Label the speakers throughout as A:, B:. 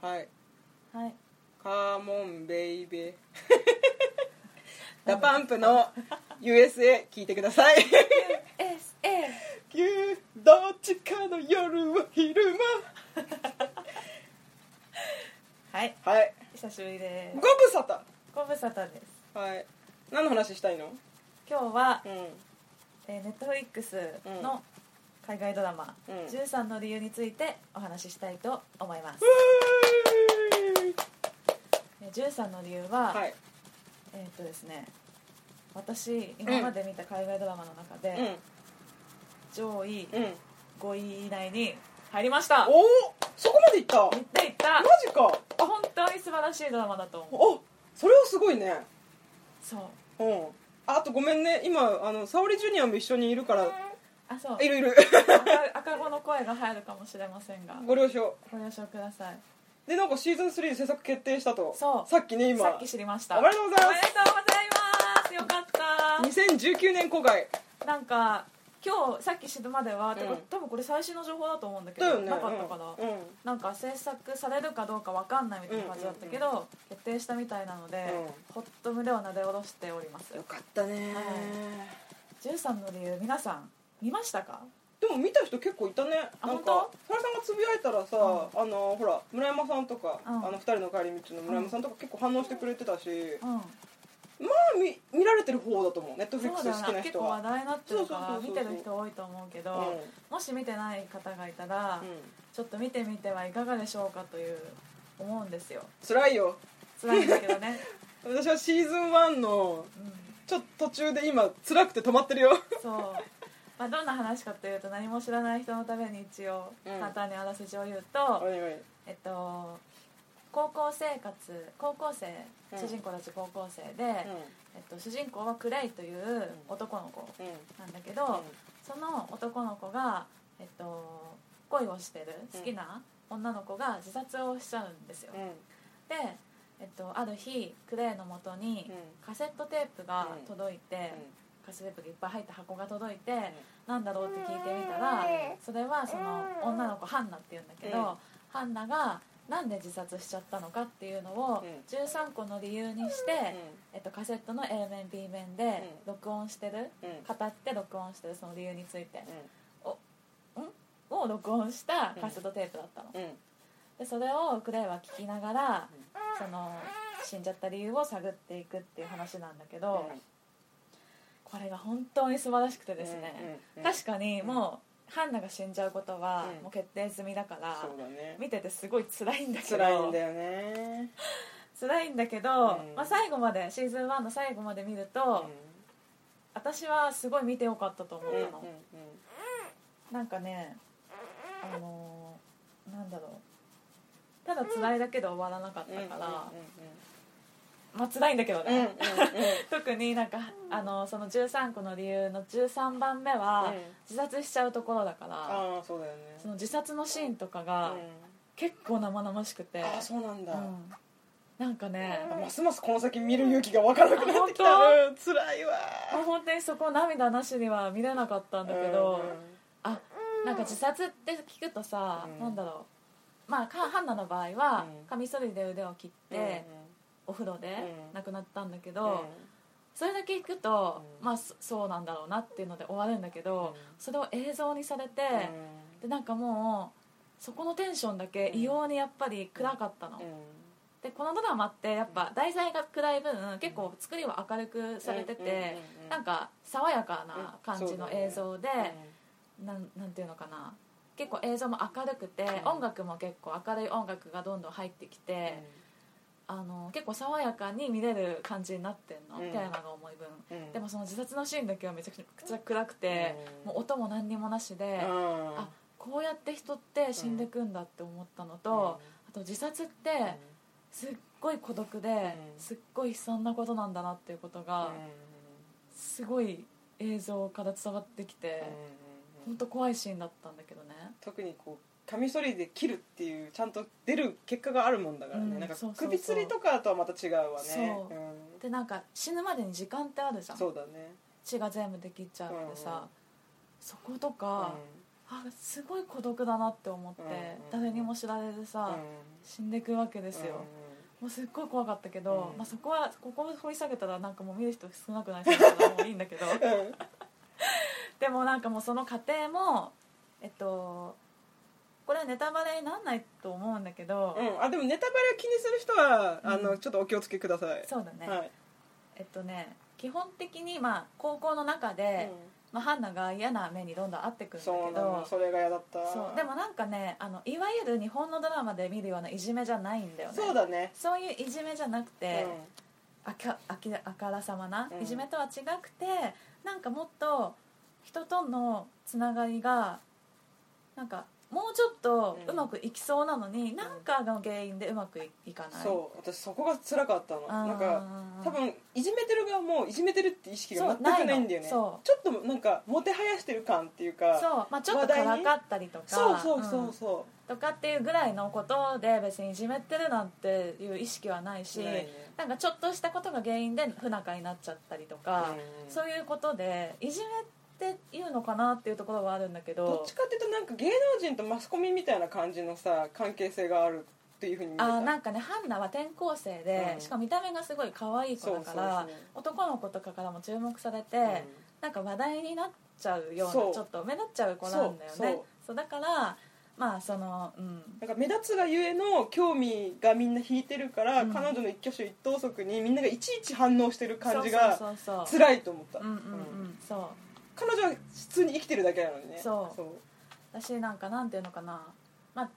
A: はい
B: はい
A: カーモンベイベーダパンプの USA 聞いてください
B: USA
A: どっちかの夜は昼
B: はい
A: 間はい
B: 久しぶりです
A: ご無沙汰
B: ご無沙汰です
A: はい何の話したいの
B: 今日は
A: う、ん
B: えー、Netflix の海外ドラマ「
A: うん
B: 13の理由」についてお話ししたいと思います、えー13の理由は、
A: はい
B: えーっとですね私今まで見た海外ドラマの中で、
A: う
B: 上位
A: んうん
B: 5位以内に入りました
A: おおそこまでいった
B: 行った行った
A: マジか
B: 本当に素晴らしいドラマだと思う
A: おそれはすごいね
B: そう
A: うんああとごめんね今あの沙織ジュニアも一緒にいるから
B: あそう
A: いるいる
B: 赤 赤子の声が入るかもしれませんが
A: ご了承
B: ご了承ください
A: でなんかシーズン3制作決定したと
B: そう
A: さっきね今
B: さっき知りました
A: おめでとうございます
B: おめでとうございますよかっ
A: 2019年公開
B: たなんか今日さっき知るまでは、
A: ん
B: てか多分これ最新の情報だと思うんだけ
A: だ
B: ど
A: よね
B: なかったから、
A: うん、うん
B: なんか制作されるかどうかわかんないみたいな感じだったけど、決定したみたいなので、
A: う
B: ほっと胸をなで下ろしております
A: よかったね、
B: は13の理由皆さん見ましたか
A: でも見た人結構いたね
B: あ
A: なん
B: 本
A: か沙羅さんがつぶやいたらさ、
B: う
A: あのほら村山さんとか、
B: うん
A: あの二人の帰り道の村山さんとか結構反応してくれてたし、
B: うん
A: まあみ見られてる方だと思うネットフリック
B: そう
A: ス
B: だ
A: 好き
B: よ
A: な
B: な結
A: 人
B: 構
A: は
B: 話題になってるか
A: そう
B: ら
A: そうそうそう
B: 見てる人多いと思うけど、
A: うん
B: もし見てない方がいたら、
A: うん
B: ちょっと見てみてはいかがでしょうかという思うんですよ
A: 辛いよ
B: 辛いんだけどね、
A: 私はシーズン1の
B: うん、
A: ちょっと途中で今辛くて止まってるよ
B: そう、まあ、どんな話かというと何も知らない人のために一応
A: うん
B: 簡単にあらすじを言う
A: お
B: と、
A: いおい
B: えっと高校生活高校生
A: うん
B: 主人公たち高校生で、
A: う
B: えっと、主人公はクレイという男の子
A: んうん
B: なんだけど、その男の子が、えっと、恋をしてる好きな女の子が自殺をしちゃうんですよ、
A: うん
B: で、えっと、ある日クレイのもとにカセットテープが届いて、カセットテープがいっぱい入った箱が届いて、なんだろうって聞いてみたら、それはその女の子ハンナっていうんだけど、
A: うん
B: ハンナがなんで自殺しちゃったのかっていうのを
A: うん
B: 13個の理由にして、えっと、カセットの A 面 B 面で
A: うん
B: 録音してる、
A: うんうん
B: 語って録音してるその理由について
A: う
B: を録音したカセットテープだったの、
A: んうん
B: でそれをクレイは聞きながら
A: うん
B: その死んじゃった理由を探っていくっていう話なんだけど、これが本当に素晴らしくてですね、確
A: か
B: かにもう、ハンナが死んじゃうことは
A: うん
B: もう決定済みだから、
A: そうだね
B: 見ててすごい辛いんだけど
A: 辛いんだよね
B: 辛いんだけど、
A: うん
B: まあ、最後までシーズン1の最後まで見ると、私はすごい見てよかったと思
A: う
B: っ
A: んうん
B: たの、なんかねあのーなんだろうただ辛いだけで終わらなかった
A: うん
B: から、まあ辛いんだけど
A: うんうんうん
B: ね、特になんかあのその13個の理由の13番目は
A: うん
B: 自殺しちゃうところだから、
A: ああそうだよね
B: その自殺のシーンとかが
A: うん
B: 結構生々しくて、
A: ああそうなんだ
B: うんなんかね、
A: ますますこの先見る勇気がわからなくなってきた
B: あ本
A: うん辛いわ
B: まあ本当にそこ涙なしには見れなかったんだけど、あなんか自殺って聞くとさ、
A: うん
B: なんだろうまあかハンナの場合は、
A: うん
B: カミソリで腕を切って、お風呂で
A: うん
B: 亡くなったんだけ
A: う
B: ど、
A: ん
B: それだけ聞くと、
A: うん
B: まあそそうなんだろうなっていうので終わるんだけど、
A: うん
B: それを映像にされて、
A: うん
B: でなんかもうそこのテンションだけ
A: うん
B: 異様にやっぱり暗かったの、
A: うん
B: でこのドラマってやっぱ題材が暗い分結構作りは明るくされてて、
A: うん
B: なんか爽やかな感じの映像で、なんなんていうのかな結構映像も明るくて、
A: うん
B: 音楽も結構明るい音楽がどんどん入ってきて、あの結構爽やかに見れる感じになってんの、
A: うん
B: テーマが重い分、でも
A: そ
B: その自殺のシーンだけはめちゃくちゃ暗くて、
A: うん
B: もう音も何にもなしで、あこうやって人って死んでくんだって思ったのと、あと自殺ってすっごい孤独で、
A: うん
B: すっごい悲惨なことなんだなっていうことが、すごい映像から伝わってきて、ほんと怖いシーンだったんだけどね
A: 特にこうカミソリで切るっていうちゃんと出る結果があるもんだからね、
B: うん
A: なんか
B: そうそうそう
A: 首吊りとかとはまた違うわね
B: そうでなんか死ぬまでに時間ってあるじゃ
A: ん
B: ん
A: そうだね
B: 血が全部できちゃうってさ、
A: うん
B: そことか、
A: う
B: あすごい孤独だなって思って、
A: うんうん
B: 誰にも知られずさ、死んでいくわけですよ、もうすっごい怖かったけど、
A: うん
B: まあ、そこはここを掘り下げたらなんかもう見る人少なくなりそうだからもういいん だけど
A: うんうん
B: でもなんかもうその過程もえっとこれはネタバレになんないと思うんだけど、
A: うんあでもネタバレ気にする人はあ
B: う
A: の
B: ん
A: ちょっとお気をつけください
B: そうだね、
A: はい
B: えっとね基本的にまあ高校の中で、まあ、ハンナが嫌な目にどんどん合って
A: う
B: く
A: ん
B: る
A: そう
B: んだけ
A: なの
B: ど
A: それが嫌だった
B: そうでもなんかねあのいわゆる日本のドラマで見るようないじめじゃないんだよね
A: そうだね
B: そういういじめじゃなく
A: う
B: て、あかあきあからさまな、
A: うん
B: いじめとは違くてなんかもっと人とのつながりがなんかもうちょっと
A: うん
B: うまくいきそうなのに、なんかの原因でうまくいいかない
A: そう私そこが辛かったの
B: あー
A: なんか多分いじめてる側もいじめてるって意識が全く
B: そう
A: ないんだよねち
B: ない
A: ょ
B: の
A: っとなんかもてはやしてる感っていうか
B: そう、まあ、ちょっとからかったりとか
A: そうそうそ
B: うん
A: うそ
B: とかっていうぐらいのことで別にいじめてるなんていう意識はないし
A: うないね
B: なんかちょっとしたことが原因で不仲になっちゃったりとか、
A: うん
B: そういうことでいじめっていうのかなっていうところはあるんだけど
A: どっちかっていうとなんか芸能人とマスコミみたいな感じのさ関係性があるっていうふうに見え
B: あ
A: た
B: ーなんかねハンナは転校生で、
A: うん
B: しかも見た目がすごい可愛い子だから
A: そうそう
B: 男の子とかからも注目されて、
A: そう
B: なんか話題になっちゃうよう
A: そ
B: な
A: う
B: ちょっと目立っちゃう子なんだよね
A: そう
B: そう
A: そう
B: だからまあそのうん
A: なんか目立つがゆえの興味がみんな引いてるから、
B: うん
A: 彼女の一挙手一投足にみんながいちいち反応してる感じが
B: そうそうそう
A: 辛いと思った
B: うんうんうん
A: うん
B: そう
A: 彼女は普通に生きてるだけなのにね
B: そう私なんかなんていうのかなまあ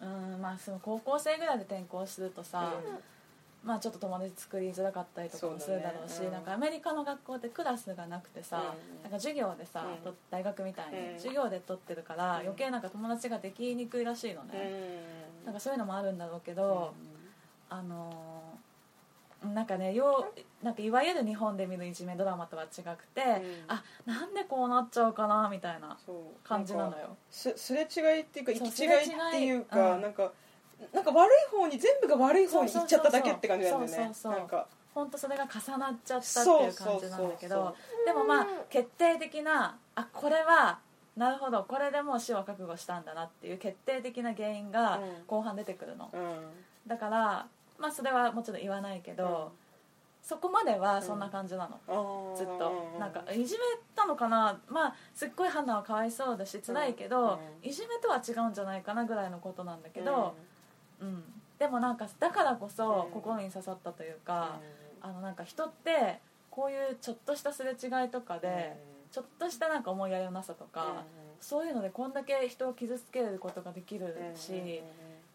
B: うんまあその高校生ぐらいで転校するとさ、まあちょっと友達作りづらかったりとかもするだろうし
A: そうだねうん
B: なんかアメリカの学校ってクラスがなくてさ、
A: うん
B: なんか授業でさ、
A: うん
B: と大学みたいに、
A: うん
B: 授業で取ってるから
A: うん
B: 余計なんか友達ができにくいらしいの
A: うん
B: ね、なんかそういうのもあるんだろうけど、あのーなんかねようなんかいわゆる日本で見るいじめドラマとは違くて、
A: ん
B: あなんでこうなっちゃうかなみたいな
A: そう
B: 感じなのよ
A: すすれ違いっていうか
B: そう
A: 行き違いっていう
B: すれ違
A: か
B: いうん
A: なんかなんか悪い方に全部が悪い方に行っちゃっただけって感じなんだよね
B: そうそうそうそう
A: なんか
B: 本当それが重なっちゃったって
A: そ
B: いうう
A: そ
B: 感
A: うそ
B: じ
A: う
B: なんだけど
A: そう
B: でもまあ決定的なあこれはなるほどこれでもう死を覚悟したんだなっていう決定的な原因が
A: うん
B: 後半出てくるの、
A: うん
B: だからまあそれはもちろん言わないけど、そこまではそんな感じなの、
A: うん
B: ずっ
A: う
B: と
A: う
B: なんかいじめたのかなまあすっごいハンナはかわいそうだし辛いけど、
A: うん
B: いじめとは違うんじゃないかなぐらいのことなんだけ
A: うん
B: ど、うんでもなんかだからこ
A: う
B: そ
A: ん
B: 心に刺さったという
A: うん
B: か、あのなんか人ってこういうちょっとしたすれ違いとかで、ちょっとしたなんか思いやりのなさと
A: うん
B: か、そういうのでこんだけ人を傷つけることができる
A: うん
B: し、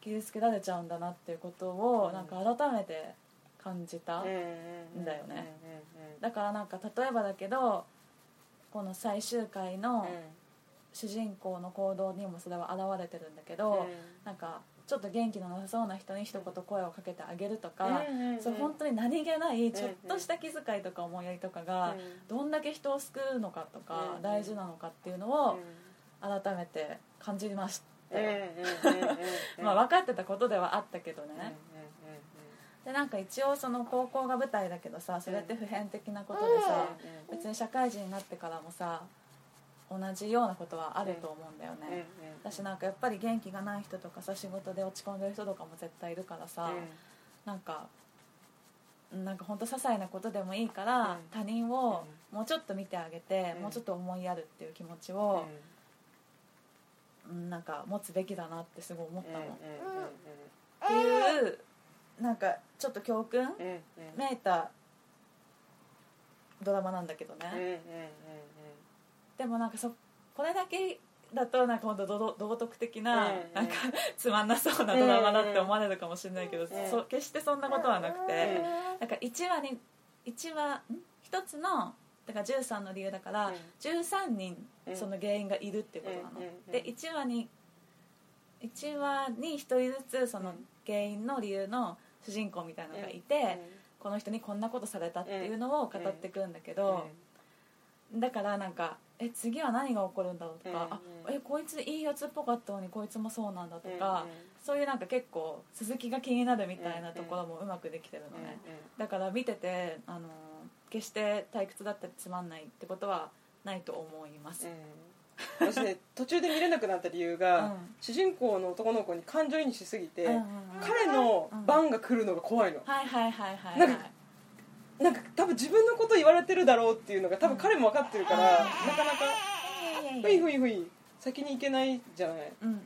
B: 傷つけられちゃうんだなっていうことをなんか改めて感じた、
A: うん
B: んだよね
A: うん
B: だからなんか例えばだけどこの最終回の主人公の行動にもそれは現れてるんだけ
A: うん
B: ど、なんかちょっと元気のなさそうな人に一言声をかけてあげるとか、
A: うんうんうん
B: そう本当に何気ないちょっとした気遣いとか思いやりとかが、
A: うん
B: どんだけ人を救うのかとか、
A: うん
B: 大事なのかっていうのを、
A: うん
B: 改めて感じました
A: うんう
B: よ、
A: んうんうん
B: まあ分かってたことではあったけど
A: うんうんうん
B: ね、でなんか一応その高校が舞台だけどさそれって普遍的なことでさ、
A: うん
B: 別に社会人になってからもさ同じようなことはあると思うんだよ
A: うんうん
B: ね、私なんかやっぱり元気がない人とかさ仕事で落ち込んでる人とかも絶対いるからさ、なんかなんか本当些細なことでもいいから、
A: うん
B: 他人をもうちょっと見てあげて、
A: うん
B: もうちょっと思いやるっていう気持ち
A: うん
B: を、うんなんか持つべきだなってすごい思っ
A: うん
B: たの、
A: うんうん
B: っていうなんかちょっと教訓
A: うんうん
B: めいたドラマなんだけど
A: うんうん
B: ね、
A: うん
B: でもなんかそこれだけだとなんか本当道道徳的な,、
A: うん
B: なんかつまんなそうなドラマだって思われるかもしれないけど、
A: ん
B: そ決してそんなことはなくて、
A: うん
B: なんか1話に1話ん1つのだから13の理由だから、
A: うん
B: 13人
A: うん
B: その原因がいるっていうことなの、
A: うんうんうん
B: で1話に1話に1人ずつその原因の理由の主人公みたいなのがいて、この人にこんなことされたっていうのを語ってくんだけど、だからなんかえ次は何が起こるんだろうとか、
A: うんうん
B: あえこいついいやつっぽかったのにこいつもそうなんだと
A: うん
B: か、そういうなんか結構続きが気になるみたいなところもうまくできてるのね、
A: うんうん
B: だから見ててあの決して退屈だったりつまんないってことはないと思います、
A: うん私ね途中で見れなくなった理由が、
B: うん
A: 主人公の男の子に感情移入しすぎて、
B: うんうんうん
A: 彼の
B: うん
A: 番が来るのが怖いの、
B: はいはいはいはい
A: なんかなんか多分自分のこと言われてるだろうっていうのが多分彼も分かってるから、なかなか
B: はい
A: ふいふいふい先に行けないじゃない
B: うんうんうん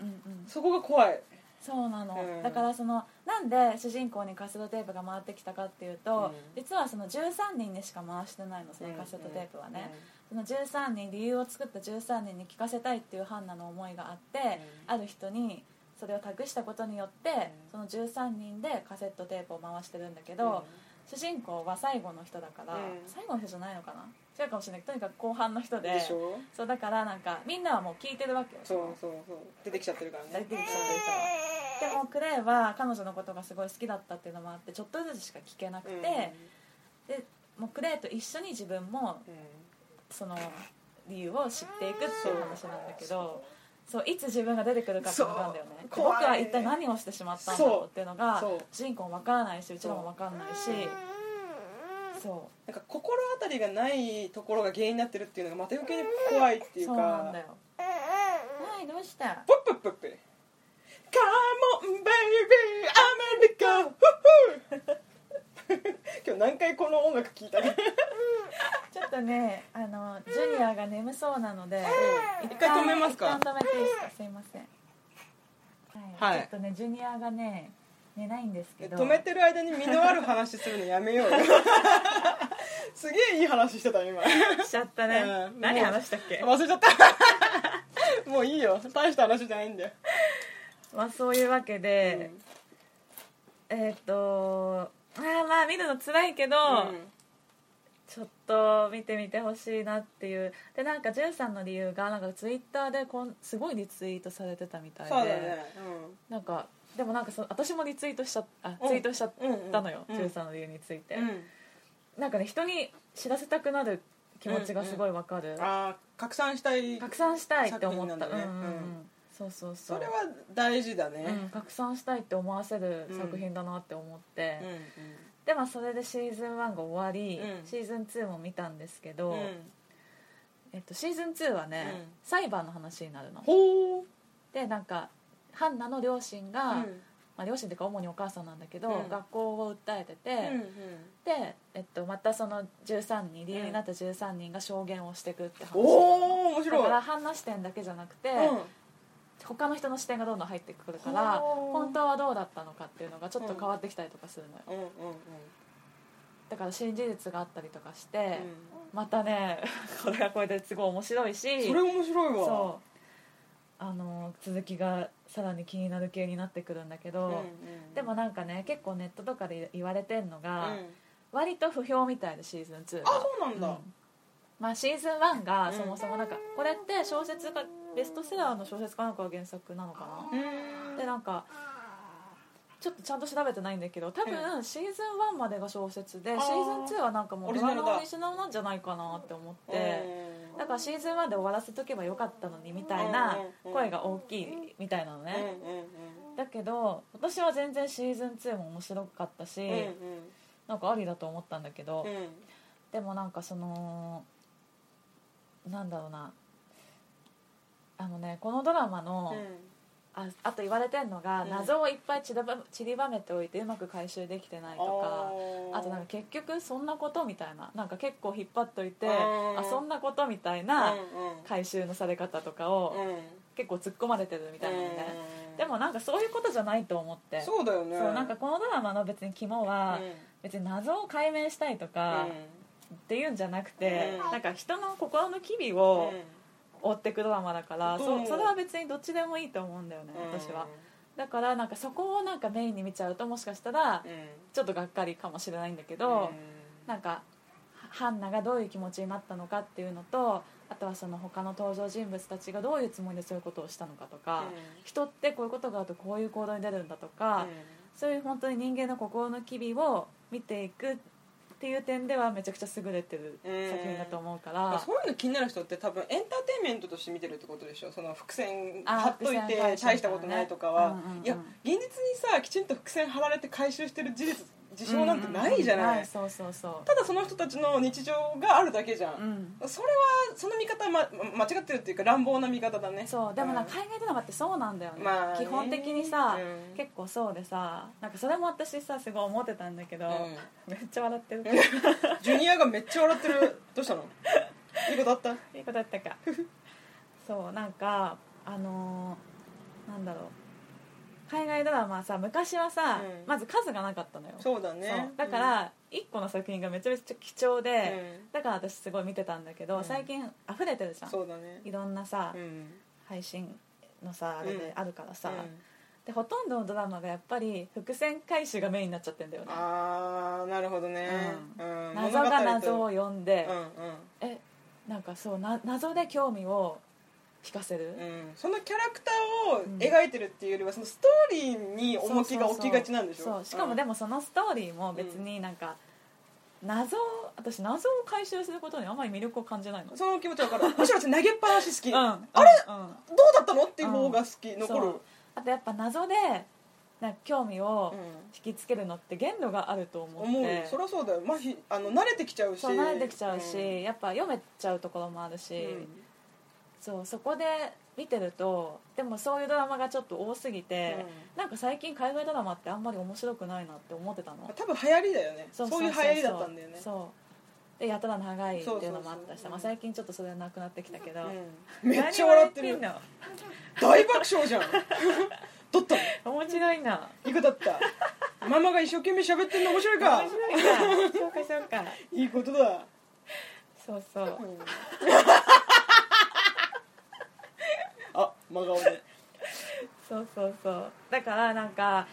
A: そこが怖い、
B: そうなの、
A: うん
B: だからそのなんで主人公にカセットテープが回ってきたかっていうと、
A: うん
B: 実はその13人にしか回してないのそのカセットテープはね、その13人理由を作った13人に聞かせたいっていうハンナの思いがあって、
A: うん
B: ある人にそれを託したことによって、
A: う
B: その13人でカセットテープを回してるんだけど、主人公は最後の人だから、
A: うん
B: 最後の人じゃないのかな違うかもしれないけどとにかく後半の人
A: うん
B: で
A: でしょ
B: そうだからなんかみんなはもう聞いてるわけよ
A: そうそうそう出てきちゃってるから
B: 出
A: ね
B: てきちゃってる人はでもクレイは彼女のことがすごい好きだったっていうのもあってちょっとずつしか聞けなくて、
A: うん
B: でもうクレイと一緒に自分もその理由を知っていくっていう話なんだけどそういつ自分が出てくるかっていうのがあるんだよね
A: そう
B: 僕
A: 怖い
B: は一体何をしてしまったんだろうっていうのが
A: そう
B: 主人公も分からないしうちらも分からないしそ
A: なんか心当たりがないところが原因になってるっていうのがまた余計に怖いって
B: う
A: いう
B: そうな
A: か
B: んだよはいどうした
A: ポップポップカモンベイビーアメリカフッフ今日何回この音楽聴いたか
B: ちょっとねあのジュニアが眠そうなので
A: 一回止めますか
B: 一旦止めていいですかすいませんは
A: は
B: い、
A: い
B: ちょっとねジュニアがね寝ないんですけど
A: 止めてる間に身のある話するのやめ ようよすげえいい話してた今
B: しちゃった
A: うん
B: したっけ
A: 忘れちゃった もういいよ大した話じゃないんだよ、
B: まあそういうわけで、えーっ、とまあまあ見るの辛いけど、ちょっと見てみてほしいなっていうでなんか13の理由がなんかツイッターでこんすごいリツイートされてたみたいで
A: そうだね、
B: なんかでもなんかそ私もリツイートしちゃあ
A: うん
B: ツイートしちゃっ
A: うんうん
B: たのよ、
A: うん
B: 13の理由について、
A: うん、
B: なんかね人に知らせたくなる気持ちがすごいわかる、
A: ああ拡散したい
B: 拡散したいって思った、
A: 作品なんだね
B: うんうんうん
A: うん
B: そうそうそ
A: そうれは大事だね、
B: うん、拡散したいって思わせる作品だなって思って、
A: うん
B: でまあそれでシーズン1が終わり、
A: うん
B: シーズン2も見たんですけど、
A: うん
B: えっと、シーズン2はね、
A: うん
B: 裁判の話になるの
A: ほう、
B: でなんかハンナの両親が、
A: うん
B: まあ、両親っていうか主にお母さんなんだけど、
A: うん
B: 学校を訴えてて、
A: うん
B: で、えっと、またその13人理由になった13人が証言をしていくって話
A: おお面
B: だか
A: 白
B: ら
A: い
B: ハンナ視点だけじゃなくて、
A: うん
B: 他の人の視点がどんどん入ってくるから
A: ほう
B: 本当はどうだったのかっていうのがちょっと変わってきたりとかするのよ、
A: うんうん
B: だから新事実があったりとかして、またね これがこれですごい面白い
A: うん
B: し
A: それ面白いわ
B: そうあの続きがさらに気になる系になってくるんだけど、
A: ん
B: でもなんかね結構ネットとかで言われてんの
A: うん
B: が、
A: あ
B: 割と不評みたいでシーズン2が
A: そうなんだ、
B: うんまあ、シーズン1が
A: うん
B: そもそもなんか、これって小説がベストセラーの小説かなんかが原作なのかな、
A: うん
B: でなんかちょっとちゃんと調べてないんだけど多分シーズン1までが小説で、
A: あー
B: シーズン2はなんかも
A: オ
B: う
A: リ
B: ド
A: ジナ
B: ラ
A: ルだ
B: マオリジナルなんじゃないかなって思って、
A: うん
B: だからシーズン1で終わらせとけばよかったのにみたいな
A: うん
B: 声が大きいみたいなの
A: うんうん
B: ね、だけど私は全然シーズン2も面白かったし、
A: うんうん
B: なんかありだと思ったんだけど、
A: うんうん
B: でもなんかそのなんだろうなあのねこのドラマの、ああと言われてんのが、
A: うん
B: 謎をいっぱい散りば散りばめておいてうまく回収できてないとかあとなんか結局そんなことみたいななんか結構引っ張っといて
A: うん
B: あそんなことみたいな回収のされ方とかを
A: うんうん
B: 結構突っ込まれてるみたいなのね
A: うん
B: でもなんかそういうことじゃないと思って
A: そうだよね
B: そうなんかこのドラマの別に肝は
A: うん
B: 別に謎を解明したいとかっていうんじゃなくて
A: うん
B: なんか人の心の機微を追ってくドラマだから
A: そう
B: そそれは別にどっちでもいいと思うんだよね
A: うん
B: 私はだからなんかそこをなんかメインに見ちゃうともしかしたら
A: うん
B: ちょっとがっかりかもしれないんだけ
A: う
B: ど、
A: ん
B: なんかはハンナがどういう気持ちになったのかっていうのとあとはその他の登場人物たちがどういうつもりでそういうことをしたのかと
A: う
B: か、
A: ん
B: 人ってこういうことがあるとこういう行動に出るんだとか、そういう本当に人間の心の機微を見ていくっていう点ではめちゃくちゃ優れてる作品だと思うから、
A: うんそういうの気になる人って多分エンターテインメントとして見てるってことでしょその伏線
B: あー
A: 貼っとい
B: 伏
A: て
B: 線回収
A: 大したことないとかは、
B: うんうんうん
A: いや現実にさきちんと伏線貼られて回収してる事実事象なんてないじゃない,、
B: うんうんそうそうそ
A: ただその人たちの日常があるだけじゃ、
B: う、うんん、
A: それはその見方、ま、ま間違ってるっていうか乱暴な見方だね
B: そうでもなん
A: う
B: か海外ドラマってそうなんだよね,、
A: まあね
B: 基本的にさ、
A: うん
B: 結構そうでさなんかそれも私さすごい思ってたんだけど、
A: うん
B: めっちゃ笑ってる
A: ジュニアがめっちゃ笑ってるどうしたのいいことあった
B: いい子だったかそうなんかあのーなんだろう海外ドラマはさ昔はさ、
A: うん
B: まず数がなかったのよ
A: そうだ
B: そ
A: ね
B: うだから1個の作品がめちゃめちゃ貴重
A: うん
B: で、だから私すごい見てたんだけど、
A: うん
B: 最近溢れてるじゃん
A: そうだね
B: いろんなさ、
A: うん
B: 配信のさあれであるからさ、
A: うん
B: でほとんどのドラマがやっぱり伏線回収がメインになっちゃってんだよね
A: あーなるほどね、
B: う
A: うん
B: 謎が謎を
A: う
B: 読んで
A: ん、
B: えなんかそうな謎で興味を引かせる、
A: うんうん、そのキャラクターを
B: うん
A: 描いてるっていうよりはそのストーリーに重きが置きがちなんでしょ
B: そうそうそうしかもでもそのストーリーも別になんか、謎を私謎を回収することにあんまり魅力を感じないの
A: うんその気持ちわかるむしろ私投げっぱなし好き、
B: うん、
A: どう
B: あれ、うん、
A: だったのっていう方が好き、残
B: そ
A: る
B: うあとやっぱ謎でなんか興味を引きつけるのって限度があると思って、
A: 思うそりゃそうだよ、まあ、ひあの慣れてきちゃうし
B: そう慣れてきちゃうし、
A: ん
B: やっぱ読めちゃうところもあるし、
A: う
B: そうそこで見てるとでもそういうドラマがちょっと多すぎて、なんか最近海外ドラマってあんまり面白くないなって思ってたの
A: ん、多分流行りだよねそういう流行りだったんだよね
B: そうでやたら長いっていうのも
A: そ
B: あったし
A: うそうそう
B: まあ、最近ちょっとそれはなくなってきたけど、
A: うん、めっちゃ笑って
B: 何
A: る
B: 笑
A: 大爆笑じゃんどったの
B: ってんの面白いない
A: い子だったママが一生懸命喋ってるの面白い
B: 面
A: か
B: 白いなそうかそう か
A: いいことだ、
B: そうそう
A: あ真顔で
B: そうそうそうだからなんか、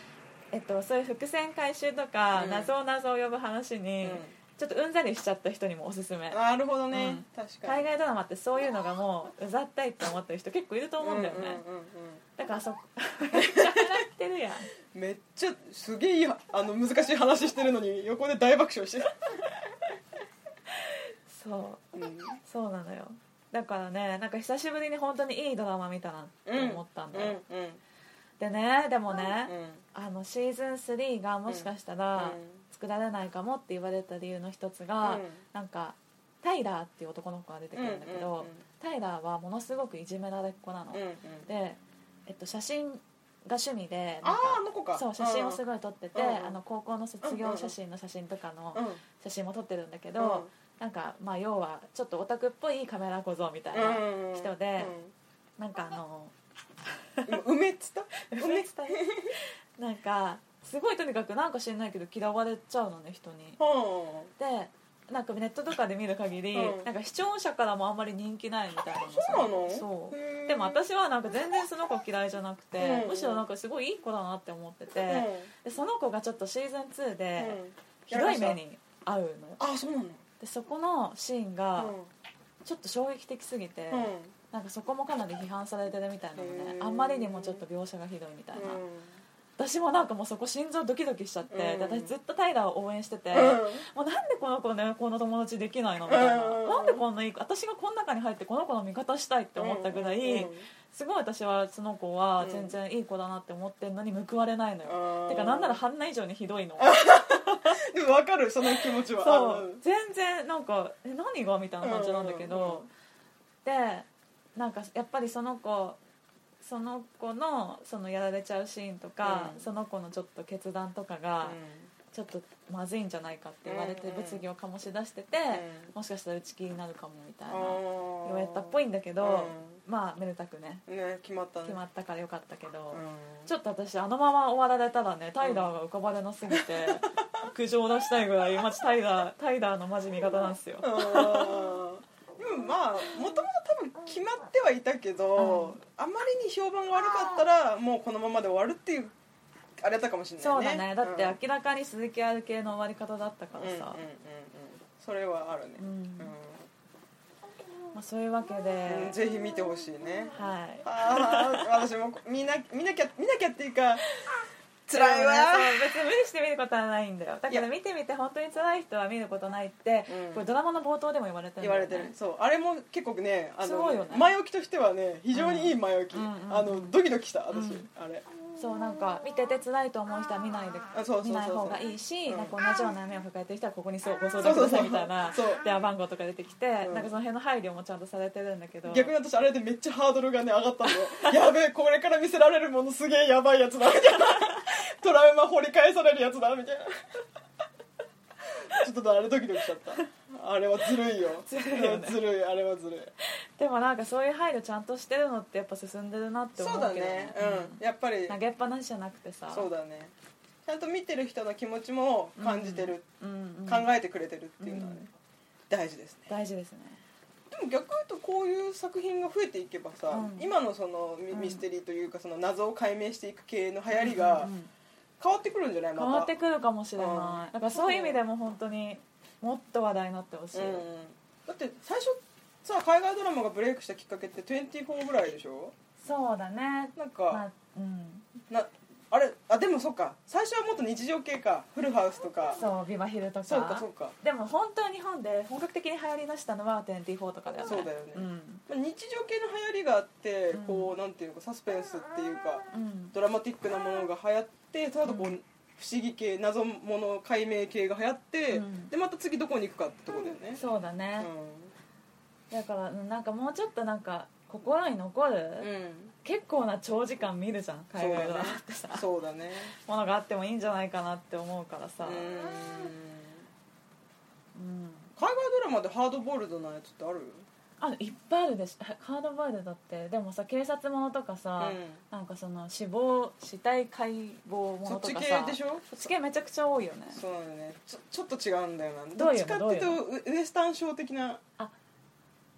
B: えっと、そういう伏線回収とか、
A: うん
B: 謎を謎を呼ぶ話に、
A: うん
B: ちょっとうんざりしちゃった人にもおすすめ
A: なるほどね、確か
B: 海
A: に
B: 外ドラマってそういうのがもううざったいって思ってる人結構いると思うんだよね、
A: うんうんうん
B: だからそめっちゃ笑ってるやん
A: うんめっちゃすげえいいあの難しい話してるのに横で大爆笑してた、
B: そう
A: うん
B: そうなのよだからねなんか久しぶりに本当にいいドラマ見たなって思ったんだよ、
A: うんうん
B: でねでもね、
A: うん
B: あのシーズン3がもしかしたら
A: うん
B: 作られないかもって言われた理由の一つが、
A: うん
B: なんかタイラーっていう男の子が出てくるんだけど、
A: うんうんうん
B: タイラーはものすごくいじめられっ子なの、
A: うんうん
B: で、えっと、写真が趣味で
A: あ
B: なんか
A: ああの子か
B: そう写真をすごい撮ってて、
A: うんうん
B: あの高校の卒業写真の写真とかの
A: うんうん
B: 写真も撮ってるんだけど、なんかまあ要はちょっとオタクっぽいカメラ小僧みたいな、
A: うん
B: 人でなんかあの
A: うん、梅っつった梅
B: なんかすごいとにかくなんか知んないけど嫌われちゃうのね人に。
A: は
B: でなんかネットとかで見る限り、
A: うん
B: なんか視聴者からもあんまり人気ないみたいなのさ
A: そうなの
B: そう
A: へー
B: でも私はなんか全然その子嫌いじゃなくて、
A: うん
B: むしろなんかすごいいい子だなって思ってて、
A: あ、
B: でその子がちょっとシーズン2
A: う
B: で
A: ん、
B: ひどい目に遭うのよ
A: あそうなの
B: でそこのシーンがちょっと衝撃的すぎて、
A: うんうん
B: なんかそこもかなり批判されてるみたいなので、
A: へー
B: あんまりにもちょっと描写がひどいみたいな、
A: うん
B: 私もなんかもうそこ心臓ドキドキしちゃって、で
A: うん
B: 私ずっとタイラーを応援してて、もうなんでこの子ねこの友達できないのみたいな、
A: うん
B: なんでこんないい子私がこの中に入ってこの子の味方したいって思ったぐらい、すごい私はその子は全然いい子だなって思ってんのに報われないのよ、てかなんなら半ナ以上にひどいの、
A: でも分かるその気持ちは
B: そう全然なんか「え何が?」みたいな感じなんだけど、
A: うんうんうん
B: でなんかやっぱりその子その子のそのやられちゃうシーンとか、
A: うん
B: その子のちょっと決断とか
A: ある
B: がちょっとまずいんじゃないかって言われて
A: うんうん
B: 物議を醸し出してて、
A: うん
B: もしかしたら打ち切りになるかもみたいな
A: うん
B: 言われたっぽいんだけど、まあめでたくね
A: ね決まったね
B: 決まったからよかったけど、
A: うん
B: ちょっと私あのまま終わられたらねタイダーが浮かばれなすぎて、苦情を出したいぐらいマジタイダータイダーのマジ味方なんですよ、
A: あー でもまあもともと多分決まってはいたけど、あまりに評判が悪かったらもうこのままで終わるっていうあれだったかもしれないね
B: そうだねだって
A: うん
B: 明らかに鈴木ある系の終わり方だったからさ、
A: うんうんうんうん、それはあるね、
B: うん
A: う
B: まあ、そういうわけ
A: ん
B: で、
A: ぜひ見てほしいね、
B: はい
A: ああ私も見な見なきゃ見なきゃっていうか辛いわ
B: そう別に無理して見ることはないんだよだけ
A: い
B: ど
A: や
B: 見てみて本当に辛い人は見ることないって、
A: うん
B: これドラマの冒頭でも言われてる
A: 言
B: んだ
A: わ
B: よ
A: れ
B: ね
A: てるそうあれも結構ねあ
B: すごい
A: の
B: よね
A: 前置きとしてはね非常にいい前置き、
B: うんうんうん
A: あのドキドキした私、
B: うん
A: あれ
B: そうなんか見てて辛いと思う人は見ないで
A: あそうそうそうそう
B: 見ない方がいいし、
A: うん
B: なんか同じような悩みを抱えてる人はここにそうご相
A: そうそう
B: 談く
A: そ
B: ださ
A: う
B: いみたいな
A: そう
B: 電話番号とか出てきて、
A: うん
B: なんかその辺の配慮もちゃんとされてるんだけど
A: 逆に私あれでめっちゃハードルがね上がったの やべえこれから見せられるものすげえやばいやつだみたいな トラウマ掘り返されるやつだみたいなちょっとあれドキドキしちゃったあれはずるいよ
B: ずるいよね
A: ずるいあれはずるい
B: でもなんかそういう配慮ちゃんとしてるのってやっぱ進んでるなって思
A: そううだ
B: けど
A: ねうんやっぱり
B: 投げっぱなしじゃなくてさ
A: そうだねちゃんと見てる人の気持ちも感じてる、
B: うんうん、
A: 考えてくれてるっていうのはね、
B: うん
A: 大事ですね
B: 大事ですね
A: でも逆に言うとこういう作品が増えていけばさ、
B: うん
A: 今のそのミ
B: うん
A: ミステリーというかその謎を解明していく系の流行りが
B: うんうん
A: 変わってくるんじゃないまた
B: 変わってくるかもしれない、
A: うん
B: だからそういう意味でも本当にもっと話題になってほしい、
A: うんだって最初さ海外ドラマがブレイクしたきっかけって24ぐらいでしょ
B: そうだね
A: なんか、
B: まあうん
A: なあれあでもそっか最初はもっと日常系かフルハウスとか
B: そう「ビバヒルとか
A: そうかそうか
B: でも本当に日本で本格的に流行りだしたのは24とかだよね
A: そうだよね
B: うん、
A: まあ日常系の流行りがあって、
B: うん
A: こうなんていうかサスペンスっていうか
B: うん、
A: ドラマティックなものが流行ってその後こう、
B: う
A: 不思議系謎もの解明系が流行って、
B: うん
A: でまた次どこに行くかってとこだよね
B: そうだ
A: う
B: ね、
A: ん
B: だからうんなんかもうちょっとなんか心に残る、
A: うん
B: 結構な長時間見るじゃん海外ドラマってさ、
A: そうだね
B: ものがあってもいいんじゃないかなって思うから
A: う
B: さ
A: ん
B: うん
A: 海外ドラマでハードボイルドなやつってある
B: あいっぱいあるでしょハードボイルドってでもさ警察ものとかさ、
A: うん
B: なんかその死亡死体解剖も
A: そ
B: の
A: っ
B: と
A: ち
B: かさ
A: 系でしょ
B: そっち系めちゃくちゃ多いよね
A: そうだよねちょちょっと違うんだよな
B: ど
A: ど
B: う
A: っ
B: いう
A: ち
B: の
A: かっていうとウウエスタンショー的な
B: あ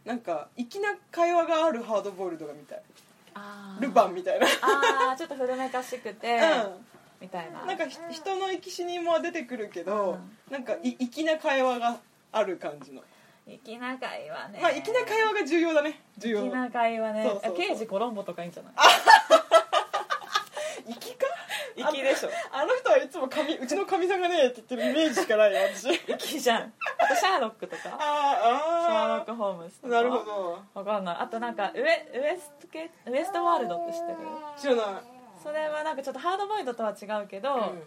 A: なんか粋な会話があるハードボイルドがみたい
B: あー
A: ルパンみたいな
B: あーちょっと古めかしくて、
A: うん
B: みたいな
A: なんかひ人の生き死にも出てくるけど、
B: う
A: なんかい粋な会話がある感じの、
B: 粋な会はね
A: まあ粋な会話が重要だね重要
B: 粋な会はね
A: そうそうそう
B: あ刑事コロンボとかいいんじゃない
A: 粋か
B: 粋でしょ
A: あの人はいつも神うちのかみさんがねえって言ってるイメージしかないよ 私
B: 粋じゃんあとシャーロックとかシャーロッ
A: あーあ
B: ク・ホームズと
A: ー
B: か
A: なるほど
B: わかんないあとなんかウエウエスト系ウエストワールドって知ってる
A: 知らない、
B: それはなんかちょっとハードボイルドとは違うけど、
A: うん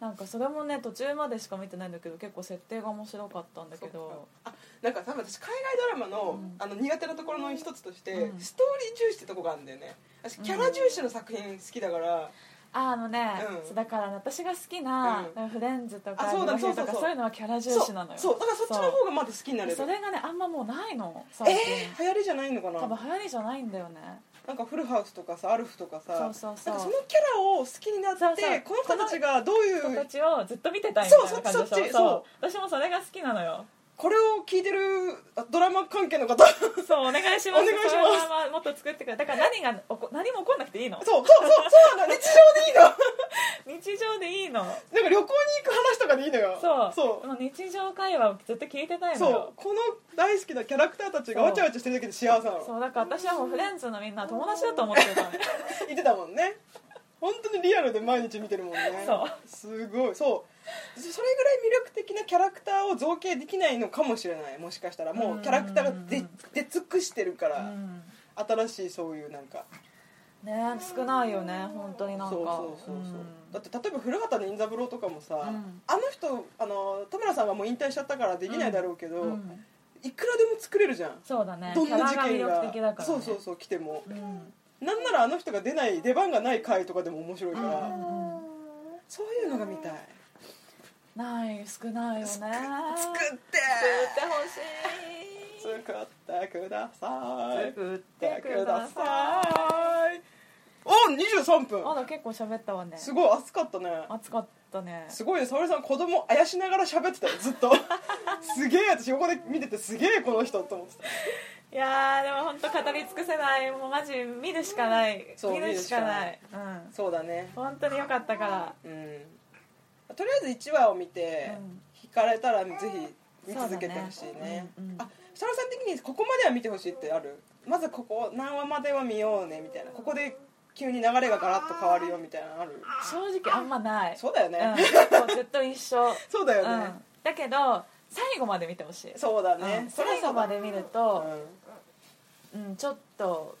B: なんかそれもね途中までしか見てないんだけど結構設定が面白かったんだけど
A: あなんか多分私海外ドラマの,、
B: うん
A: あの苦手なところの一つとして、
B: うん
A: ストーリー重視ってとこがあるんだよね私キャラ重視の作品好きだから、
B: ああのね、
A: うん
B: そうだから私が好きな
A: うん、
B: なんかフレンズと
A: あ
B: か
A: そうだ
B: リバヒルと
A: そうそう
B: か
A: そう
B: そういうのはキャラ重
A: そう
B: 視なのよ
A: そうだからそっちの方がまだ好きになれる
B: それがねあんまもうないの最近、
A: えー、流行りじゃないのかな
B: 多分流行りじゃないんだよね
A: なんかフルハウスとかさアルフとかさ
B: そうそうそう
A: なんかそのキャラを好きになって
B: そうそう
A: この人たちがどうい
B: 人た
A: う
B: ちをずっと見てたいみたいな
A: そ
B: 感
A: う
B: じ
A: そそ
B: で
A: っ
B: し
A: ち
B: ょそう私もそれが好きなの よ
A: これを聞いてるあドラマ関係の方 そう
B: そうお願いします
A: お願いします
B: それはまあもっと作ってくれだから何が起こ何も起こんなくていいの
A: そうそうそうなの日常でいいの
B: 日常でいい
A: な
B: の
A: んか旅行に行く話とかでいいのよ
B: そう
A: そう
B: もう日常会話をずっと聞いてたいの
A: そう
B: よ
A: この大好きなキャラクターたちがわちゃわちゃしてるだけで幸せなの
B: そうだから私はもうフレンズのみんな友達だと思ってるからね
A: 言ってたもんね本当にリアルで毎日見てるもんね
B: そう
A: すごいそうそそれぐらい魅力的なキャラクターを造形できないのかもしれないもしかしたらもうキャラクターが
B: う
A: 出
B: ん
A: 出尽くしてるか
B: う
A: ら、
B: ん
A: 新しいそういうなんか
B: ね少ないよね本当になんか
A: そうそうそうそう、
B: ん
A: だって例えば古畑任三郎とかもさ、
B: ん
A: あの人あの田村さんはもう引退しちゃったからできないだろうけど、
B: うん
A: いくらでも作れるじゃん、
B: そうだね
A: どんな事
B: キ
A: 件
B: ャラ
A: が
B: が魅力的だから、ね、
A: そうそうそう来ても
B: う、ん、
A: なんならあの人が出ない出番がない回とかでも面白いから、
B: うんうん
A: そういうのが見たい
B: ない少ないよね作
A: 作
B: って
A: って
B: ほしい
A: 作ってください
B: 作っ
A: 作ってて
B: く
A: く
B: だ
A: だ
B: さ
A: さ
B: い
A: いお二23分
B: まだ結構喋ったわね
A: すごい暑かったね
B: 暑かったね
A: すごいね沙織さん子供あやしながら喋ってたよずっと すげえ私横で見ててすげえこの人と思ってた
B: いやーでも本当語り尽くせないもうマジ見るしかない
A: そう
B: 見るしかないうん
A: そうだね
B: 本当に良かったから
A: うんとりあえず1話を見て、
B: うん
A: 引かれたらぜひ見続けてほしいね
B: そうだねうんうん
A: あ設楽さん的にここまでは見てほしいってあるまずここ何話までは見ようねみたいなここで急に流れがガラッと変わるよみたいなのある
B: 正直あんまない
A: そうだよね、
B: うん、もうずっと一緒、
A: そうだよ
B: う
A: ね、
B: ん、だけど最後まで見てほしい
A: そうだ
B: う
A: ね、
B: ん、最後まで見る
A: う
B: と、
A: ん
B: うんちょっと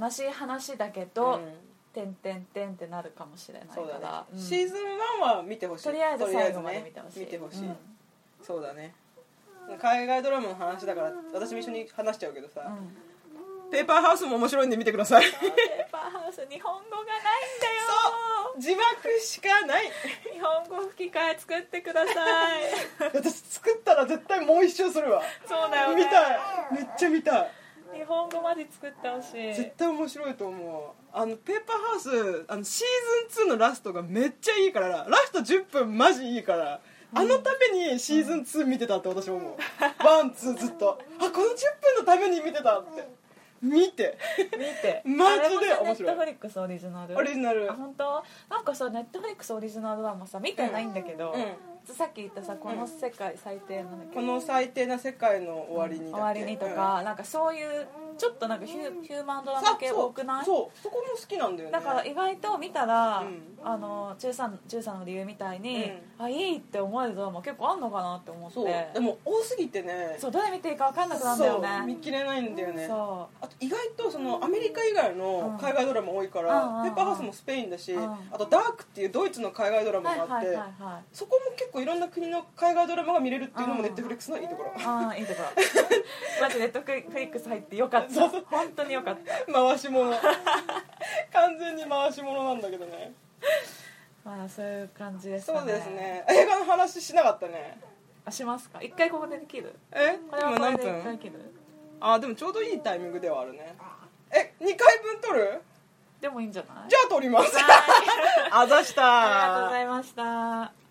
B: 悲しい話だけど、
A: うん
B: ってんてんてんってなるかもしれないか
A: そうだね
B: ら、うん
A: シーズン1は見てほしい
B: とりあえず最後まで
A: ね
B: 見てほしい
A: 見てほしい、
B: うん
A: そうだね海外ドラマの話だから私も一緒に話しちゃうけどさ、
B: うん
A: ペーパーハウスも面白いんで見てください
B: ペーパーハウス日本語がないんだよ
A: 字幕しかない
B: 日本語吹き替え作ってください
A: 私作ったら絶対もう一周するわ
B: そうだよね
A: 見たいめっちゃ見たい
B: 日本語まで作ってほし
A: 絶
B: い
A: 対面白いと思うあのペーパーハウスあのシーズン2のラストがめっちゃいいからラスト10分マジいいからあのためにシーズン2見てたって私思うワンツーずっとあこの10分のために見てたって見て
B: 見て
A: マジで
B: あれも
A: 面
B: さ
A: 白い
B: ネットフリックスオリジナル
A: オリジナル
B: あ本当なんかさネットフリックスオリジナルドラマさ見てないんだけど、
A: う
B: さっき言ったさこの世界最低なんだっけ、
A: この最低な世界の終わりにだ
B: 終わりにとか、なんかそういうちょっとなんかヒュヒューマンド
A: うん
B: ラマ系多くない
A: そうそうそこも好きなんだよね
B: だから意外と見たら、
A: うん
B: あの中さん中さんの理由みたいに、
A: う
B: あいいって思えるドラマ結構あんのかなって思って
A: そうでも多すぎてね
B: そうどれ見ていいか分かんなくなるんだよね
A: そう見切れないんだよね
B: そ
A: あと意外とそのアメリカ以外の海外ドラマ多いから、
B: うん
A: ペッパーハウスもスペインだし、
B: うん
A: あとダークっていうドイツの海外ドラ
B: う
A: マ
B: はい
A: もあ
B: は
A: って、
B: いはいはい
A: そこも結構いろんな国の海外ドラマが見れるっていうのも
B: うん
A: ネットフリックスのいいところ
B: ああいいところ マジネットフリックス入ってよかった本当によかった
A: 回し 物完全に回し物なんだけどね
B: まあそういう感じですかね
A: そうですね映画の話しなかったね
B: あしますか一回ここで切る
A: え
B: これは
A: 今
B: こ
A: 何
B: れで一回
A: 分
B: 切る
A: あでもちょうどいいタイミングではあるねえ二2回分撮る
B: でもいいんじゃない
A: じゃあ撮りますあざした
B: ありがとうございました